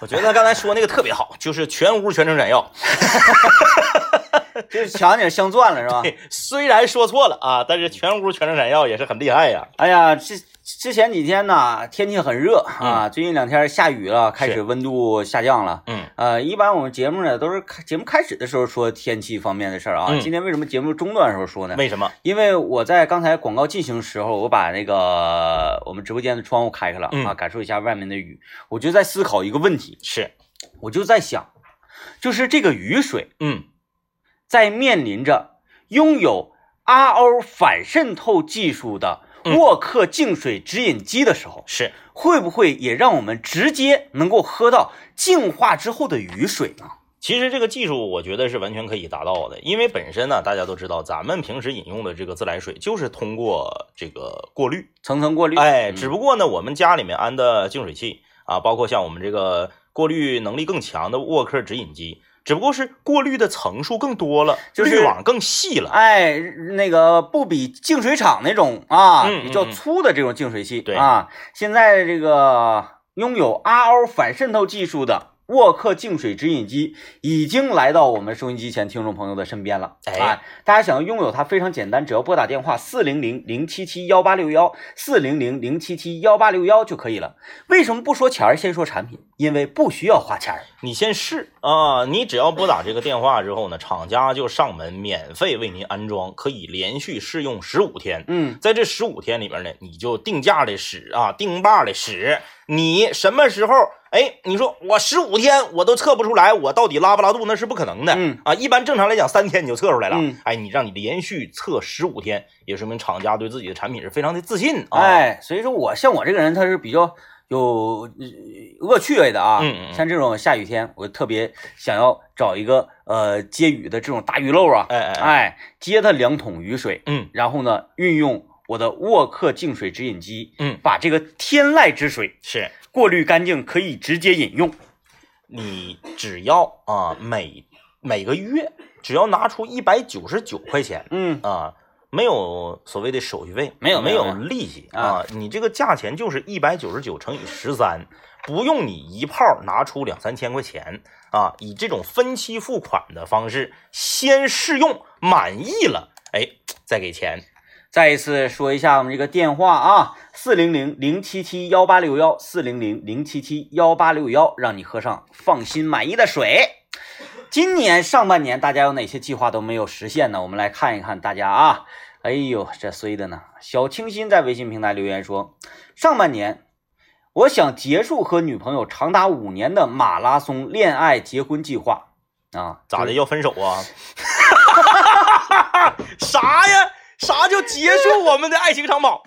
Speaker 2: 我觉得他刚才说那个特别好，就是全屋全程闪耀。
Speaker 1: 就是强姐镶钻了是吧？
Speaker 2: 嘿 虽然说错了啊，但是全屋全程闪耀也是很厉害呀。
Speaker 1: 哎呀，之之前几天呐，天气很热啊，最近两天下雨了，开始
Speaker 2: 是
Speaker 1: 温度下降了。
Speaker 2: 嗯，
Speaker 1: 呃，一般我们节目呢都是开节目开始的时候说天气方面的事儿啊。
Speaker 2: 嗯
Speaker 1: 今天为什么节目中段的时候说呢？
Speaker 2: 为什么？
Speaker 1: 因为我在刚才广告进行时候，我把那个我们直播间的窗户开开了、
Speaker 2: 嗯
Speaker 1: 啊，感受一下外面的雨。我就在思考一个问题，
Speaker 2: 是，
Speaker 1: 我就在想，就是这个雨水
Speaker 2: 嗯
Speaker 1: 在面临着拥有 RO 反渗透技术的
Speaker 2: 嗯
Speaker 1: 沃克净水直饮机的时候，
Speaker 2: 是，
Speaker 1: 会不会也让我们直接能够喝到净化之后的雨水呢？
Speaker 2: 其实这个技术我觉得是完全可以达到的，因为本身呢，大家都知道，咱们平时饮用的这个自来水就是通过这个过滤，
Speaker 1: 层层过滤，
Speaker 2: 哎，
Speaker 1: 嗯
Speaker 2: 只不过呢，我们家里面安的净水器啊，包括像我们这个过滤能力更强的沃克直饮机，只不过是过滤的层数更多了，
Speaker 1: 就是
Speaker 2: 滤网更细了。
Speaker 1: 哎，那个不比净水厂那种啊、
Speaker 2: 嗯嗯
Speaker 1: 比较粗的这种净水器，
Speaker 2: 对
Speaker 1: 啊，现在这个拥有 RO 反渗透技术的沃克净水直饮机已经来到我们收音机前听众朋友的身边了。
Speaker 2: 哎
Speaker 1: 啊，大家想要拥有它非常简单，只要拨打电话四零零零七七幺八六幺四零零零七七幺八六幺就可以了。为什么不说钱儿，先说产品？因为不需要花钱儿。
Speaker 2: 你先试啊，你只要拨打这个电话之后呢，厂家就上门免费为您安装，可以连续试用十五天。
Speaker 1: 嗯，
Speaker 2: 在这十五天里面呢，你就定价的使啊，定把的使，你什么时候？哎，你说我十五天我都测不出来，我到底拉不拉肚，那是不可能的。
Speaker 1: 嗯
Speaker 2: 啊，一般正常来讲三天你就测出来了。
Speaker 1: 嗯
Speaker 2: 哎，你让你连续测十五天，也说明厂家对自己的产品是非常的自信啊。，
Speaker 1: 哎，所以说我像我这个人，他是比较有呃恶趣味的啊。
Speaker 2: 嗯嗯嗯
Speaker 1: 像这种下雨天，我特别想要找一个呃接雨的这种大雨漏啊，
Speaker 2: 哎哎哎
Speaker 1: 哎，接它两桶雨水，
Speaker 2: 嗯
Speaker 1: 然后呢，运用我的沃克净水直饮机，
Speaker 2: 嗯，
Speaker 1: 把这个天籁之水
Speaker 2: 是。
Speaker 1: 过滤干净，可以直接饮用。
Speaker 2: 你只要啊每每个月只要拿出一百九十九块钱
Speaker 1: 嗯，
Speaker 2: 啊，没有所谓的手续费，
Speaker 1: 没有
Speaker 2: 没
Speaker 1: 没有
Speaker 2: 有利息
Speaker 1: 啊
Speaker 2: 啊，你这个价钱就是一百九十九乘以十三，不用你一炮拿出两三千块钱啊，以这种分期付款的方式先试用，满意了，哎，再给钱。
Speaker 1: 再一次说一下我们这个电话啊，四零零零七七幺八六幺，四零零零七七幺八六幺，让你喝上放心满意的水。今年上半年大家有哪些计划都没有实现呢？我们来看一看大家啊。哎呦，这衰的呢！小清新在微信平台留言说，上半年我想结束和女朋友长达五年的马拉松恋爱结婚计划啊，
Speaker 2: 咋的？要分手啊？ 啥呀？啥叫结束我们的爱情长跑？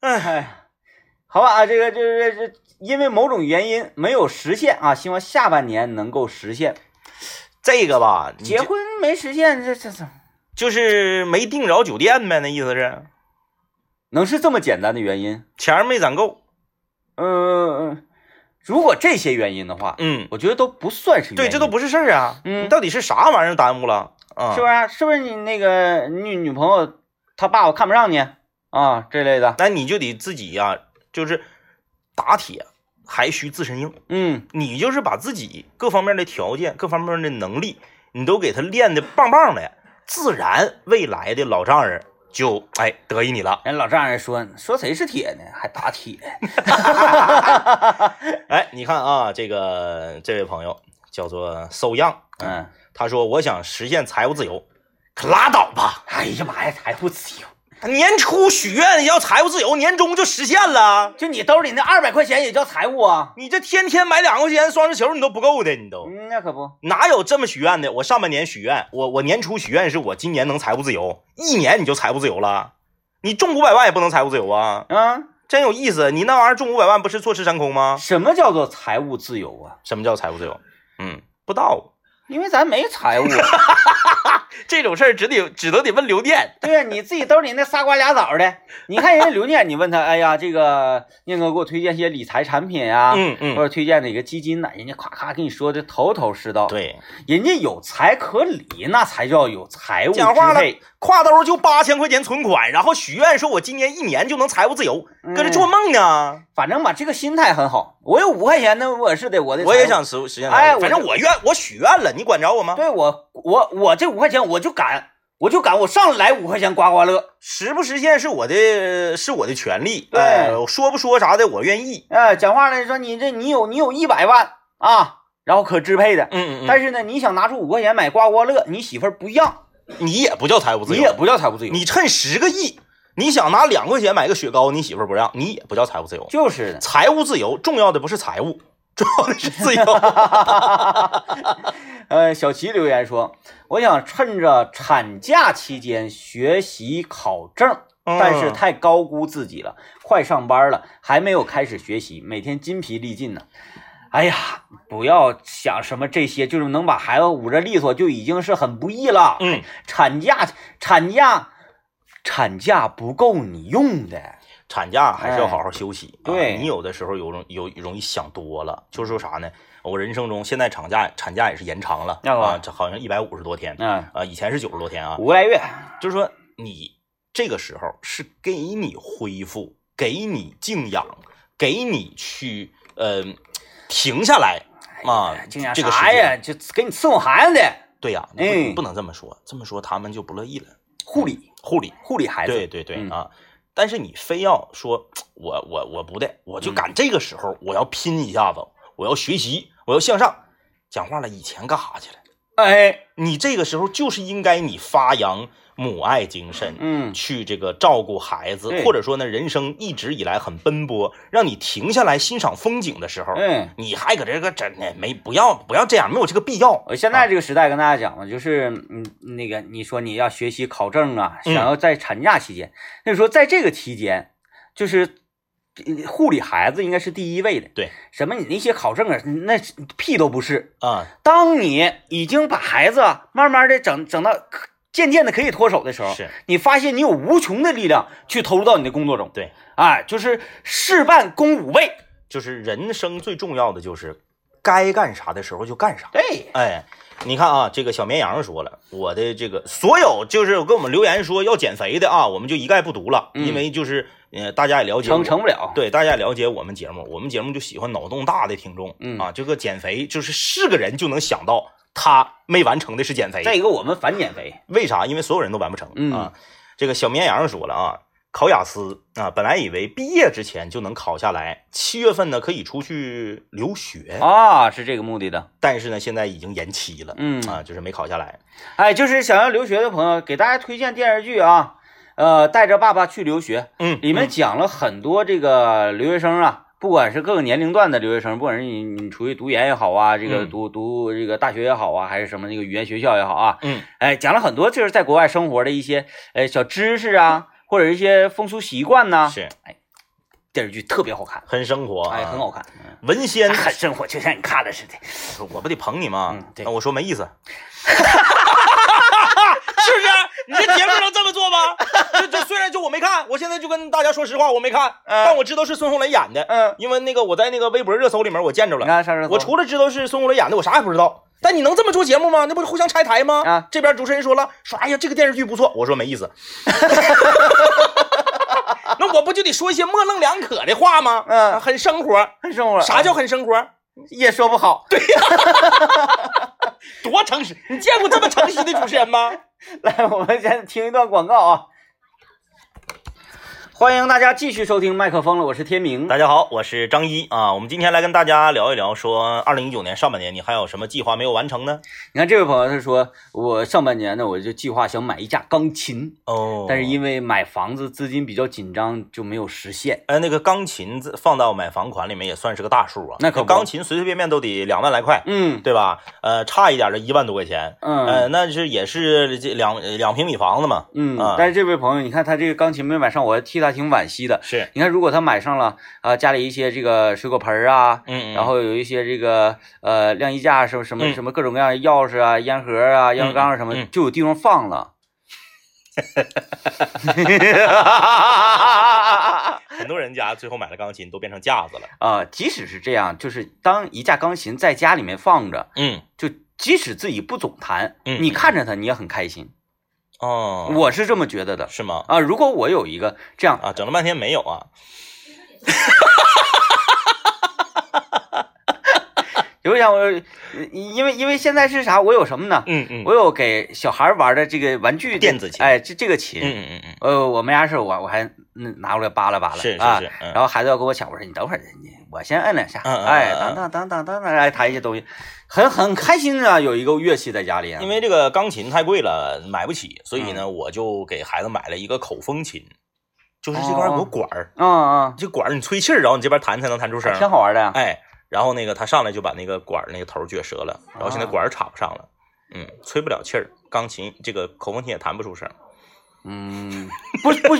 Speaker 1: 哎， 好吧啊，这个这这这，因为某种原因没有实现啊，希望下半年能够实现。
Speaker 2: 这个吧，你
Speaker 1: 结
Speaker 2: 就
Speaker 1: 婚没实现，这这这
Speaker 2: 就是没订着酒店呗，那意思是
Speaker 1: 能是这么简单的原因？
Speaker 2: 钱儿没攒够。
Speaker 1: 嗯，如果这些原因的话，
Speaker 2: 嗯，
Speaker 1: 我觉得都不算是原因
Speaker 2: 对，这都不是事儿啊。
Speaker 1: 嗯
Speaker 2: 你到底是啥玩意儿耽误了啊？
Speaker 1: 是不是、啊？是不是你那个女女朋友她爸我看不上你啊这类的？
Speaker 2: 那你就得自己呀、就是打铁还需自身硬。
Speaker 1: 嗯，
Speaker 2: 你就是把自己各方面的条件、各方面的能力，你都给他练的棒棒的，自然未来的老丈人就哎得意你了。
Speaker 1: 人老丈人说说谁是铁呢，还打 铁，
Speaker 2: 哎，你看啊，这个这位朋友叫做 So Young，
Speaker 1: 嗯，
Speaker 2: 他说我想实现财务自由，可拉倒吧！
Speaker 1: 哎呀妈呀，财务自由，
Speaker 2: 年初许愿要财务自由，年终就实现了。
Speaker 1: 就你兜里那二百块钱也叫财务啊？
Speaker 2: 你这天天买两块钱双色球，你都不够的，你都
Speaker 1: 嗯，那可不，
Speaker 2: 哪有这么许愿的？我上半年许愿，我我年初许愿是我今年能财务自由，一年你就财务自由了。你中五百万也不能财务自由啊！
Speaker 1: 啊，
Speaker 2: 真有意思，你那玩意儿中五百万不是坐吃山空吗？
Speaker 1: 什么叫做财务自由啊？
Speaker 2: 什么叫财务自由？嗯，不知道
Speaker 1: 因为咱没财务啊，
Speaker 2: 这种事儿只得只能得问刘店。
Speaker 1: 对呀，你自己兜里那仨瓜俩枣的，你看人家刘念，你问他，哎呀，这个念哥给我推荐些理财产品啊，
Speaker 2: 嗯
Speaker 1: 或
Speaker 2: 嗯，
Speaker 1: 者推荐哪个基金呐、人家咔咔跟你说的头头是道。，
Speaker 2: 对，
Speaker 1: 人家有财可理，那才叫有财务
Speaker 2: 讲话
Speaker 1: 支
Speaker 2: 了
Speaker 1: 配。，
Speaker 2: 挎兜就八千块钱存款，然后许愿说我今年一年就能财务自由，搁这
Speaker 1: 嗯
Speaker 2: 做梦呢。
Speaker 1: 反正吧，这个心态很好。我有五块钱呢，我是得我的。
Speaker 2: 我也，想实实现财务，
Speaker 1: 哎我
Speaker 2: 反正
Speaker 1: 就
Speaker 2: 我愿我许愿了，你管着我吗？
Speaker 1: 对我我我这五块钱我就敢，我就敢，我上来五块钱刮刮乐，
Speaker 2: 实不实现是我的是我的权利，
Speaker 1: 对
Speaker 2: 呃，说不说啥的我愿意。
Speaker 1: 哎，讲话呢说你这你有你有一百万啊，然后可支配的，
Speaker 2: 嗯
Speaker 1: 但是呢，你想拿出五块钱买刮刮乐，你媳妇儿不让。
Speaker 2: 是你也不叫财务自
Speaker 1: 你
Speaker 2: 由，
Speaker 1: 也不叫财务自由，
Speaker 2: 你趁十个亿，你想拿两块钱买个雪糕，你媳妇儿不让，你也不叫财务自由。。
Speaker 1: 就是的
Speaker 2: 财务自由重要的不是财务，重要的是 自由。
Speaker 1: 呃，小齐留言说，我想趁着产假期间学习考证，
Speaker 2: 嗯
Speaker 1: 但是太高估自己了，快上班了，还没有开始学习，每天筋疲力尽呢。哎呀，不要想什么这些，就是能把孩子捂着利索就已经是很不易了。
Speaker 2: 嗯，
Speaker 1: 产假，产假，产假不够你用的。
Speaker 2: 产假还是要好好休息。
Speaker 1: 哎对
Speaker 2: 啊你有的时候有容有容易想多了，就是说啥呢？我人生中现在产假产假也是延长了
Speaker 1: 那个
Speaker 2: 啊，这好像一百五十多天
Speaker 1: 嗯，
Speaker 2: 啊，以前是九十多天啊。
Speaker 1: 五个来月。哎
Speaker 2: 就是说你这个时候是给你恢复，给你静养，给你去呃停下来啊，
Speaker 1: 竟然
Speaker 2: 这个时
Speaker 1: 啥呀？
Speaker 2: 间，
Speaker 1: 就给你伺候孩子的
Speaker 2: 对呀、你不、
Speaker 1: 哎
Speaker 2: 你不能这么说，这么说他们就不乐意了。
Speaker 1: 护理，
Speaker 2: 护理，
Speaker 1: 护理孩子。
Speaker 2: 对对对、
Speaker 1: 嗯
Speaker 2: 啊。但是你非要说，我我我不对，我就
Speaker 1: 嗯
Speaker 2: 赶这个时候，我要拼一下子，我要学习，我要向上。讲话了，以前干啥去了？
Speaker 1: 哎，
Speaker 2: 你这个时候就是应该你发扬母爱精神，
Speaker 1: 嗯，
Speaker 2: 去这个照顾孩子
Speaker 1: 对，
Speaker 2: 或者说呢，人生一直以来很奔波，让你停下来欣赏风景的时候，
Speaker 1: 嗯，
Speaker 2: 你还搁这个整呢，没不要不要这样，没有这个必要。
Speaker 1: 我现在这个时代跟大家讲嘛，就是嗯，那个你说你要学习考证啊，
Speaker 2: 嗯
Speaker 1: 想要在产假期间，那就说在这个期间，就是呃护理孩子应该是第一位的。
Speaker 2: 对，
Speaker 1: 什么你那些考证啊，那是屁都不是。
Speaker 2: 啊，
Speaker 1: 当你已经把孩子啊慢慢的整整到可渐渐的可以脱手的时候，
Speaker 2: 是
Speaker 1: 你发现你有无穷的力量去投入到你的工作中。
Speaker 2: 对，
Speaker 1: 哎，就是事半功五倍。
Speaker 2: 就是人生最重要的就是该干啥的时候就干啥。
Speaker 1: 对，
Speaker 2: 哎，你看啊，这个小绵羊说了，我的这个所有就是有跟我们留言说要减肥的啊，我们就一概不读了，
Speaker 1: 嗯
Speaker 2: 因为就是呃，大家也了解我
Speaker 1: 成成不了。
Speaker 2: 对，大家了解我们节目，我们节目就喜欢脑洞大的听众，
Speaker 1: 嗯
Speaker 2: 啊，这个减肥就是是个人就能想到他没完成的是减肥，
Speaker 1: 再一个，我们反减肥。
Speaker 2: 为啥？因为所有人都完不成、
Speaker 1: 嗯
Speaker 2: 啊。这个小绵羊说了啊，考雅思啊，本来以为毕业之前就能考下来，七月份呢可以出去留学，
Speaker 1: 啊，是这个目的的。
Speaker 2: 但是呢现在已经延期了，
Speaker 1: 嗯
Speaker 2: 啊，就是没考下来。
Speaker 1: 哎，就是想要留学的朋友，给大家推荐电视剧啊，呃，带着爸爸去留学，
Speaker 2: 嗯，
Speaker 1: 里面讲了很多这个留学生啊，不管是各个年龄段的留学生，不管是你你出去读研也好啊，这个
Speaker 2: 嗯
Speaker 1: 读读这个大学也好啊，还是什么那个语言学校也好啊，
Speaker 2: 嗯，
Speaker 1: 哎，讲了很多就是在国外生活的一些呃小知识啊，或者一些风俗习惯呐、
Speaker 2: 是
Speaker 1: 电视剧特别好看，
Speaker 2: 很生活、啊，
Speaker 1: 啊哎，很好。看，
Speaker 2: 文 仙
Speaker 1: 嗯、，很生活，就像你看的似的。
Speaker 2: 我不得捧你吗？
Speaker 1: 嗯对
Speaker 2: 啊我说没意 思。是不是？你这节目能这么做吗？这这虽然就我没看，我现在就跟大家说实话，我没看，
Speaker 1: 嗯
Speaker 2: 但我知道是孙红雷演的，
Speaker 1: 嗯，
Speaker 2: 因为那个我在那个微博热搜里面我见着
Speaker 1: 你
Speaker 2: 了，
Speaker 1: 看上热搜，
Speaker 2: 我除了知道是孙红雷演的，我啥也不知道。但你能这么做节目吗？那不是互相拆台吗？
Speaker 1: 啊，
Speaker 2: 这边 主持人说了，说哎呀这个电视剧不错，我说没意思。那那我不就得说一些模棱两可的话吗？
Speaker 1: 嗯
Speaker 2: 很生活。
Speaker 1: 很生活。
Speaker 2: 啥叫很生活？
Speaker 1: 也说不好？对，
Speaker 2: 多诚实！你见过这么诚实的主持人吗？
Speaker 1: 来，我们先听一段广告啊。欢迎大家继续收听麦克风了，我是天明。
Speaker 2: 大家好，我是张一啊。我们今天来跟大家聊一聊，说二零一九年上半年你还有什么计划没有完成呢？
Speaker 1: 你看这位朋友他说，我上半年呢我就计划想买一架钢琴，
Speaker 2: 哦
Speaker 1: 但是因为买房子资金比较紧张，就没有实现。
Speaker 2: 哎，那个钢琴自放到买房款里面也算是个大数啊。
Speaker 1: 那可不
Speaker 2: 钢琴随随便便都得两万来块，
Speaker 1: 嗯
Speaker 2: 对吧？呃，差一点的一万多块钱，
Speaker 1: 嗯
Speaker 2: 呃，那是也是这两两平米房子嘛。
Speaker 1: 嗯
Speaker 2: 啊，
Speaker 1: 但是这位朋友，你看他这个钢琴没买上，我替他挺惋惜的。
Speaker 2: 是，
Speaker 1: 你看，如果他买上了啊、呃家里一些这个水果盆儿啊，
Speaker 2: 嗯，
Speaker 1: 然后有一些这个呃晾衣架什么什么
Speaker 2: 嗯
Speaker 1: 什么各种各样的钥匙啊、烟盒啊、烟灰缸啊什么，
Speaker 2: 嗯
Speaker 1: 就有地方放 了。
Speaker 2: 很多人家最后买了钢琴都变成架子了。
Speaker 1: 啊，即使是这样，就是当一架钢琴在家里面放着，
Speaker 2: 嗯，
Speaker 1: 就即使自己不总弹，
Speaker 2: 嗯
Speaker 1: 你看着它你也很开心，
Speaker 2: 哦，
Speaker 1: 我是这么觉得的
Speaker 2: 是吗？
Speaker 1: 啊。如果我有一个这样，
Speaker 2: 啊，整了半天没有啊。
Speaker 1: 有一想我，因为因为现在是啥，我有什么呢？
Speaker 2: 嗯嗯
Speaker 1: 我有给小孩玩的这个玩具的
Speaker 2: 电子琴
Speaker 1: 哎，这这个琴，
Speaker 2: 嗯嗯嗯
Speaker 1: 呃，我没啥事儿，我我还嗯拿过来扒拉扒拉，
Speaker 2: 嗯，是是
Speaker 1: 啊
Speaker 2: 是，嗯
Speaker 1: 然后孩子要跟我抢，我说你等会儿，你我先摁两下，
Speaker 2: 嗯嗯嗯
Speaker 1: 哎，
Speaker 2: 嗯
Speaker 1: 等等等等等等，哎，弹一些东西，很很开心啊，有一个乐器在家里啊，
Speaker 2: 因为这个钢琴太贵了，买不起，所以呢，我就给孩子买了一个口风琴，就是这块有个管儿，
Speaker 1: 嗯嗯，
Speaker 2: 这管儿你吹气儿，然后你这边弹才能弹出声儿。
Speaker 1: 挺好玩的呀、
Speaker 2: 哎，然后那个他上来就把那个管儿那个头儿撅折了，然后现在管儿插不上了，嗯，吹不了气儿，钢琴这个口风琴也弹不出声儿。
Speaker 1: 嗯，不不，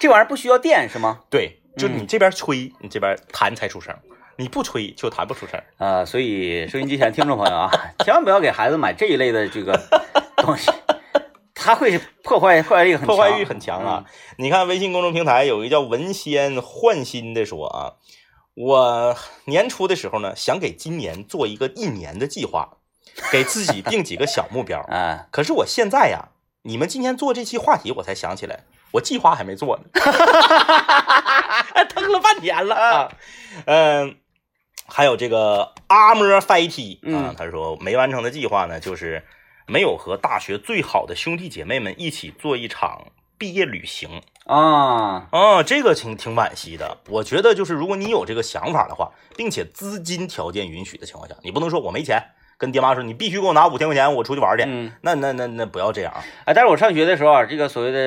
Speaker 1: 这玩意儿不需要电是吗？
Speaker 2: 对，就你这边吹，你这边弹才出声儿，你不吹就弹不出声儿。
Speaker 1: 啊，所以收音机前听众朋友啊，千万不要给孩子买这一类的这个东西，他会破坏破坏力很强，。
Speaker 2: 破坏欲很强啊！你看微信公众平台有一个叫文仙焕新的说啊，我年初的时候呢，想给今年做一个一年的计划，给自己定几个小目标
Speaker 1: 啊，
Speaker 2: 可是我现在呀，你们今天做这期话题，我才想起来，我计划还没做呢， 哎腾了半天了啊。嗯，还有这个阿莫 fight 啊
Speaker 1: 嗯，
Speaker 2: 他说没完成的计划呢，就是没有和大学最好的兄弟姐妹们一起做一场。毕业旅行
Speaker 1: 啊，
Speaker 2: 哦，这个挺挺惋惜的。我觉得就是如果你有这个想法的话，并且资金条件允许的情况下，你不能说我没钱，跟爹妈说你必须给我拿五千块钱，我出去玩去。
Speaker 1: 嗯，
Speaker 2: 那那那那不要这样啊！
Speaker 1: 哎，但是我上学的时候啊，这个所谓的、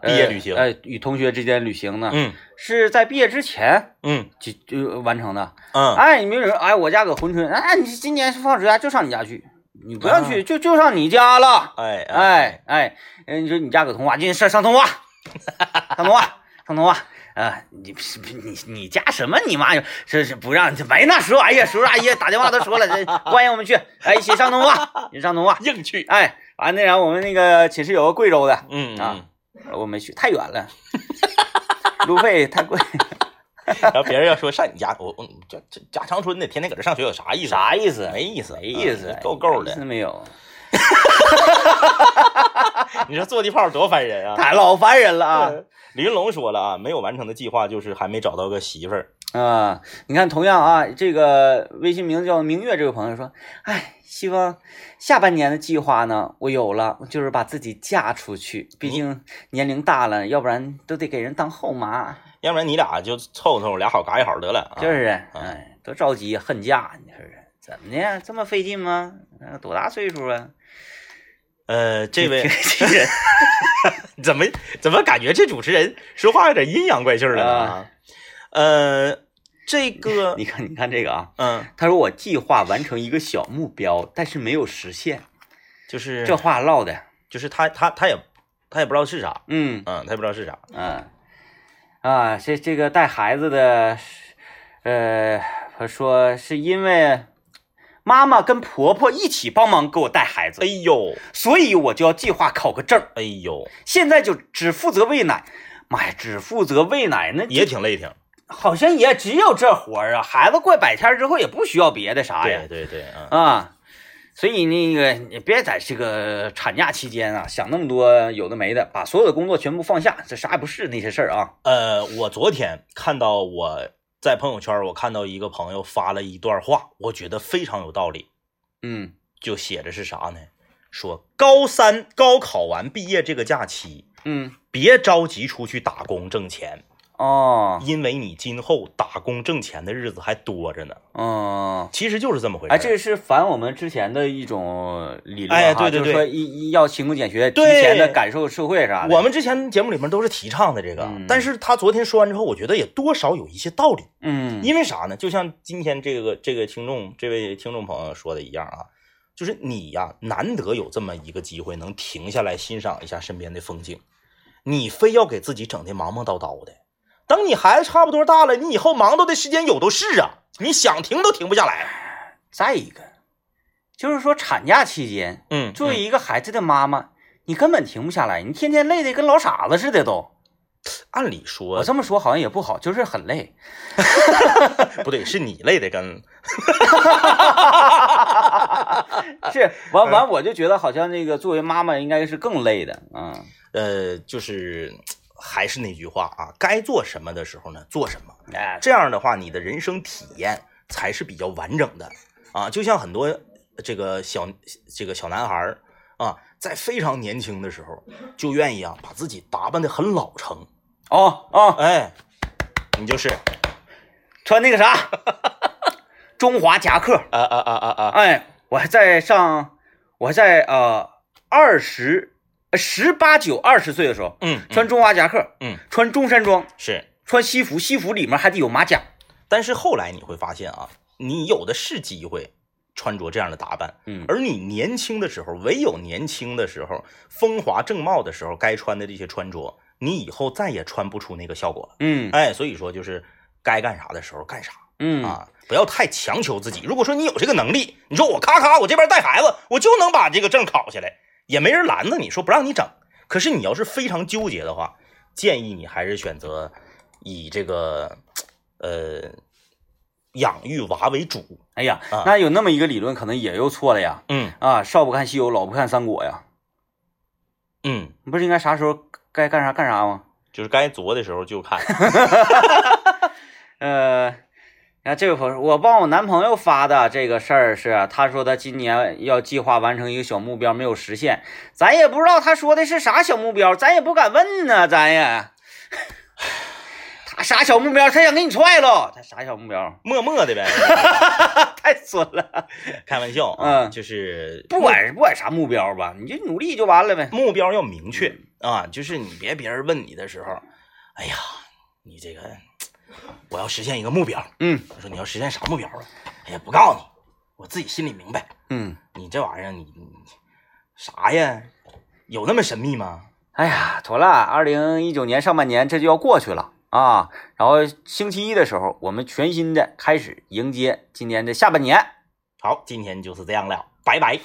Speaker 1: 呃
Speaker 2: 毕业旅行
Speaker 1: 呃，与同学之间旅行呢，
Speaker 2: 嗯
Speaker 1: 是在毕业之前
Speaker 2: 嗯
Speaker 1: 就就完成的。
Speaker 2: 嗯，
Speaker 1: 哎，你没有人，哎，我家搁珲春，哎，你今年放暑假就上你家去，你不要去，
Speaker 2: 嗯
Speaker 1: 就就上你家了。
Speaker 2: 哎
Speaker 1: 哎哎，哎，你说你家搁通化，今天上上通 化，上通化，上通化。啊，你你你家什么？你妈是是不让没那时候，哎呀，叔叔阿姨打电话都说了，这欢迎我们去，哎，一起上通化，一起上通化。
Speaker 2: 硬去，
Speaker 1: 哎，完那啥，我们那个寝室有个贵州的，
Speaker 2: 嗯
Speaker 1: 啊，我没去，太远了，路费太贵，
Speaker 2: 然后别人要说上你家，我我这这家长春的，天天搁这上学有啥意思？
Speaker 1: 啥意思？
Speaker 2: 没意思，
Speaker 1: 没意思
Speaker 2: 啊，够够
Speaker 1: 意思
Speaker 2: 的。
Speaker 1: 没有，
Speaker 2: 你说坐地炮多烦人啊！
Speaker 1: 太老烦人了啊！
Speaker 2: 对李云龙说了啊，没有完成的计划就是还没找到个媳妇儿。
Speaker 1: 啊，你看，同样啊，这个微信名叫明月这位朋友说，哎，希望下半年的计划呢，我有了，就是把自己嫁出去，毕
Speaker 2: 嗯
Speaker 1: 竟年龄大了，要不然都得给人当后妈，
Speaker 2: 要不然你俩就凑凑俩好嘎一好得了啊。
Speaker 1: 就是，哎，多着急，恨嫁，你说是怎么的？这么费劲吗？那多大岁数啊？
Speaker 2: 呃，这位
Speaker 1: 这人
Speaker 2: 怎么怎么感觉这主持人说话有点阴阳怪气儿了呢啊？呃，这个
Speaker 1: 你看，你看这个啊，
Speaker 2: 嗯，
Speaker 1: 他说我计划完成一个小目标，但是没有实现，
Speaker 2: 就是
Speaker 1: 这话唠的，
Speaker 2: 就是他他他也他也不知道是啥，
Speaker 1: 嗯
Speaker 2: 嗯，他也不知道是啥。
Speaker 1: 嗯，啊，这这个带孩子的，呃，他说是因为妈妈跟婆婆一起帮忙给我带孩
Speaker 2: 哎
Speaker 1: 子，
Speaker 2: 呦
Speaker 1: 所以我就要计划考个证，
Speaker 2: 哎呦，
Speaker 1: 现在就只负责喂奶。妈呀，只负责喂奶那
Speaker 2: 也挺累挺。
Speaker 1: 好像也只有这活儿啊。孩子过百天之后也不需要别的啥呀。
Speaker 2: 哎对对对，嗯。
Speaker 1: 啊，所以那个你别在这个产假期间啊想那么多有的没的，把所有的工作全部放下，这啥也不是那些事儿啊。
Speaker 2: 呃，我昨天看到我在朋友圈，我看到一个朋友发了一段话，我觉得非常有道理，
Speaker 1: 嗯
Speaker 2: 就写的是啥呢？说高三高考完毕业这个假期，
Speaker 1: 嗯
Speaker 2: 别着急出去打工挣钱，
Speaker 1: 哦
Speaker 2: 因为你今后打工挣钱的日子还多着呢。
Speaker 1: 嗯。
Speaker 2: 其实就是这么回事。
Speaker 1: 哎，这是反我们之前的一种理论
Speaker 2: 哎
Speaker 1: 哈，
Speaker 2: 对对
Speaker 1: 就是说
Speaker 2: 对
Speaker 1: 一一要勤工俭学，提
Speaker 2: 对
Speaker 1: 前的感受社会啥的。
Speaker 2: 我们之前节目里面都是提倡的这个，
Speaker 1: 嗯
Speaker 2: 但是他昨天说完之后，我觉得也多少有一些道理。
Speaker 1: 嗯
Speaker 2: 因为啥呢？就像今天这个这个听众这位听众朋友说的一样啊，就是你呀、难得有这么一个机会能停下来欣赏一下身边的风景，你非要给自己整的忙忙叨叨的。等你孩子差不多大了，你以后忙叨的时间有都是啊，你想停都停不下来。
Speaker 1: 再一个，就是说产假期间，
Speaker 2: 嗯
Speaker 1: 作
Speaker 2: 注
Speaker 1: 为
Speaker 2: 意，
Speaker 1: 一个孩子的妈妈，你根本停不下来，你天天累得跟老傻子似的都。
Speaker 2: 按理说
Speaker 1: 我这么说好像也不好，就是很累。
Speaker 2: 不对，是你累的跟
Speaker 1: 是完
Speaker 2: 嗯
Speaker 1: 完，我就觉得好像那个作为妈妈应该是更累的，嗯
Speaker 2: 呃，就是还是那句话啊，该做什么的时候呢，做什么。
Speaker 1: 哎，
Speaker 2: 这样的话，你的人生体验才是比较完整的啊。就像很多这个小这个小男孩儿啊，在非常年轻的时候，就愿意啊把自己打扮的很老成。
Speaker 1: 哦哦，
Speaker 2: 哎，你就是
Speaker 1: 穿那个啥， 中华夹克，
Speaker 2: 啊啊啊啊啊，
Speaker 1: 哎，我还在上，我还在呃二十十八九二十岁的时候，
Speaker 2: 嗯，
Speaker 1: 穿中华夹克，
Speaker 2: 嗯
Speaker 1: 穿中山装，
Speaker 2: 是。
Speaker 1: 穿西服，西服里面还得有马甲，
Speaker 2: 但是后来你会发现啊，你有的是机会穿着这样的打扮，
Speaker 1: 嗯
Speaker 2: 而你年轻的时候，唯有年轻的时候，风华正茂的时候该穿的这些穿着，你以后再也穿不出那个效果了。
Speaker 1: 嗯
Speaker 2: 哎，所以说就是该干啥的时候干啥
Speaker 1: 嗯，
Speaker 2: 啊，不要太强求自己。如果说你有这个能力，你说我咔咔，我这边带孩子，我就能把这个证考下来，也没人拦着你说不让你整。可是你要是非常纠结的话，建议你还是选择以这个呃养育娃为主。
Speaker 1: 哎呀
Speaker 2: 啊，
Speaker 1: 那有那么一个理论，可能也又错了呀，
Speaker 2: 嗯
Speaker 1: 啊，少不看西游，老不看三国呀，
Speaker 2: 嗯，
Speaker 1: 你不是应该啥时候该干啥干啥吗？
Speaker 2: 就是该作的时候就看。
Speaker 1: 呃，你看这位朋友说，我帮我男朋友发的这个事儿是，啊他说他今年要计划完成一个小目标，没有实现，咱也不知道他说的是啥小目标，咱也不敢问呢，咱也。 他啥小目标？他想给你踹了。他啥小目标？
Speaker 2: 默默的呗，
Speaker 1: 太损了！
Speaker 2: 开玩笑啊，
Speaker 1: 嗯
Speaker 2: 就是
Speaker 1: 不管是不管啥目标吧，你就努力就完了呗。
Speaker 2: 目标要明确
Speaker 1: 嗯
Speaker 2: 啊，就是你别别人问你的时候，哎呀，你这个我要实现一个目标，
Speaker 1: 嗯
Speaker 2: 我说你要实现啥目标啊？哎呀，不告诉你，我自己心里明白。
Speaker 1: 嗯，
Speaker 2: 你这玩意儿，你你你啥呀？有那么神秘吗？
Speaker 1: 哎呀，妥了。二零一九年上半年这就要过去了啊，然后星期一的时候，我们全新的开始迎接今年的下半年。
Speaker 2: 好，今天就是这样了，拜拜。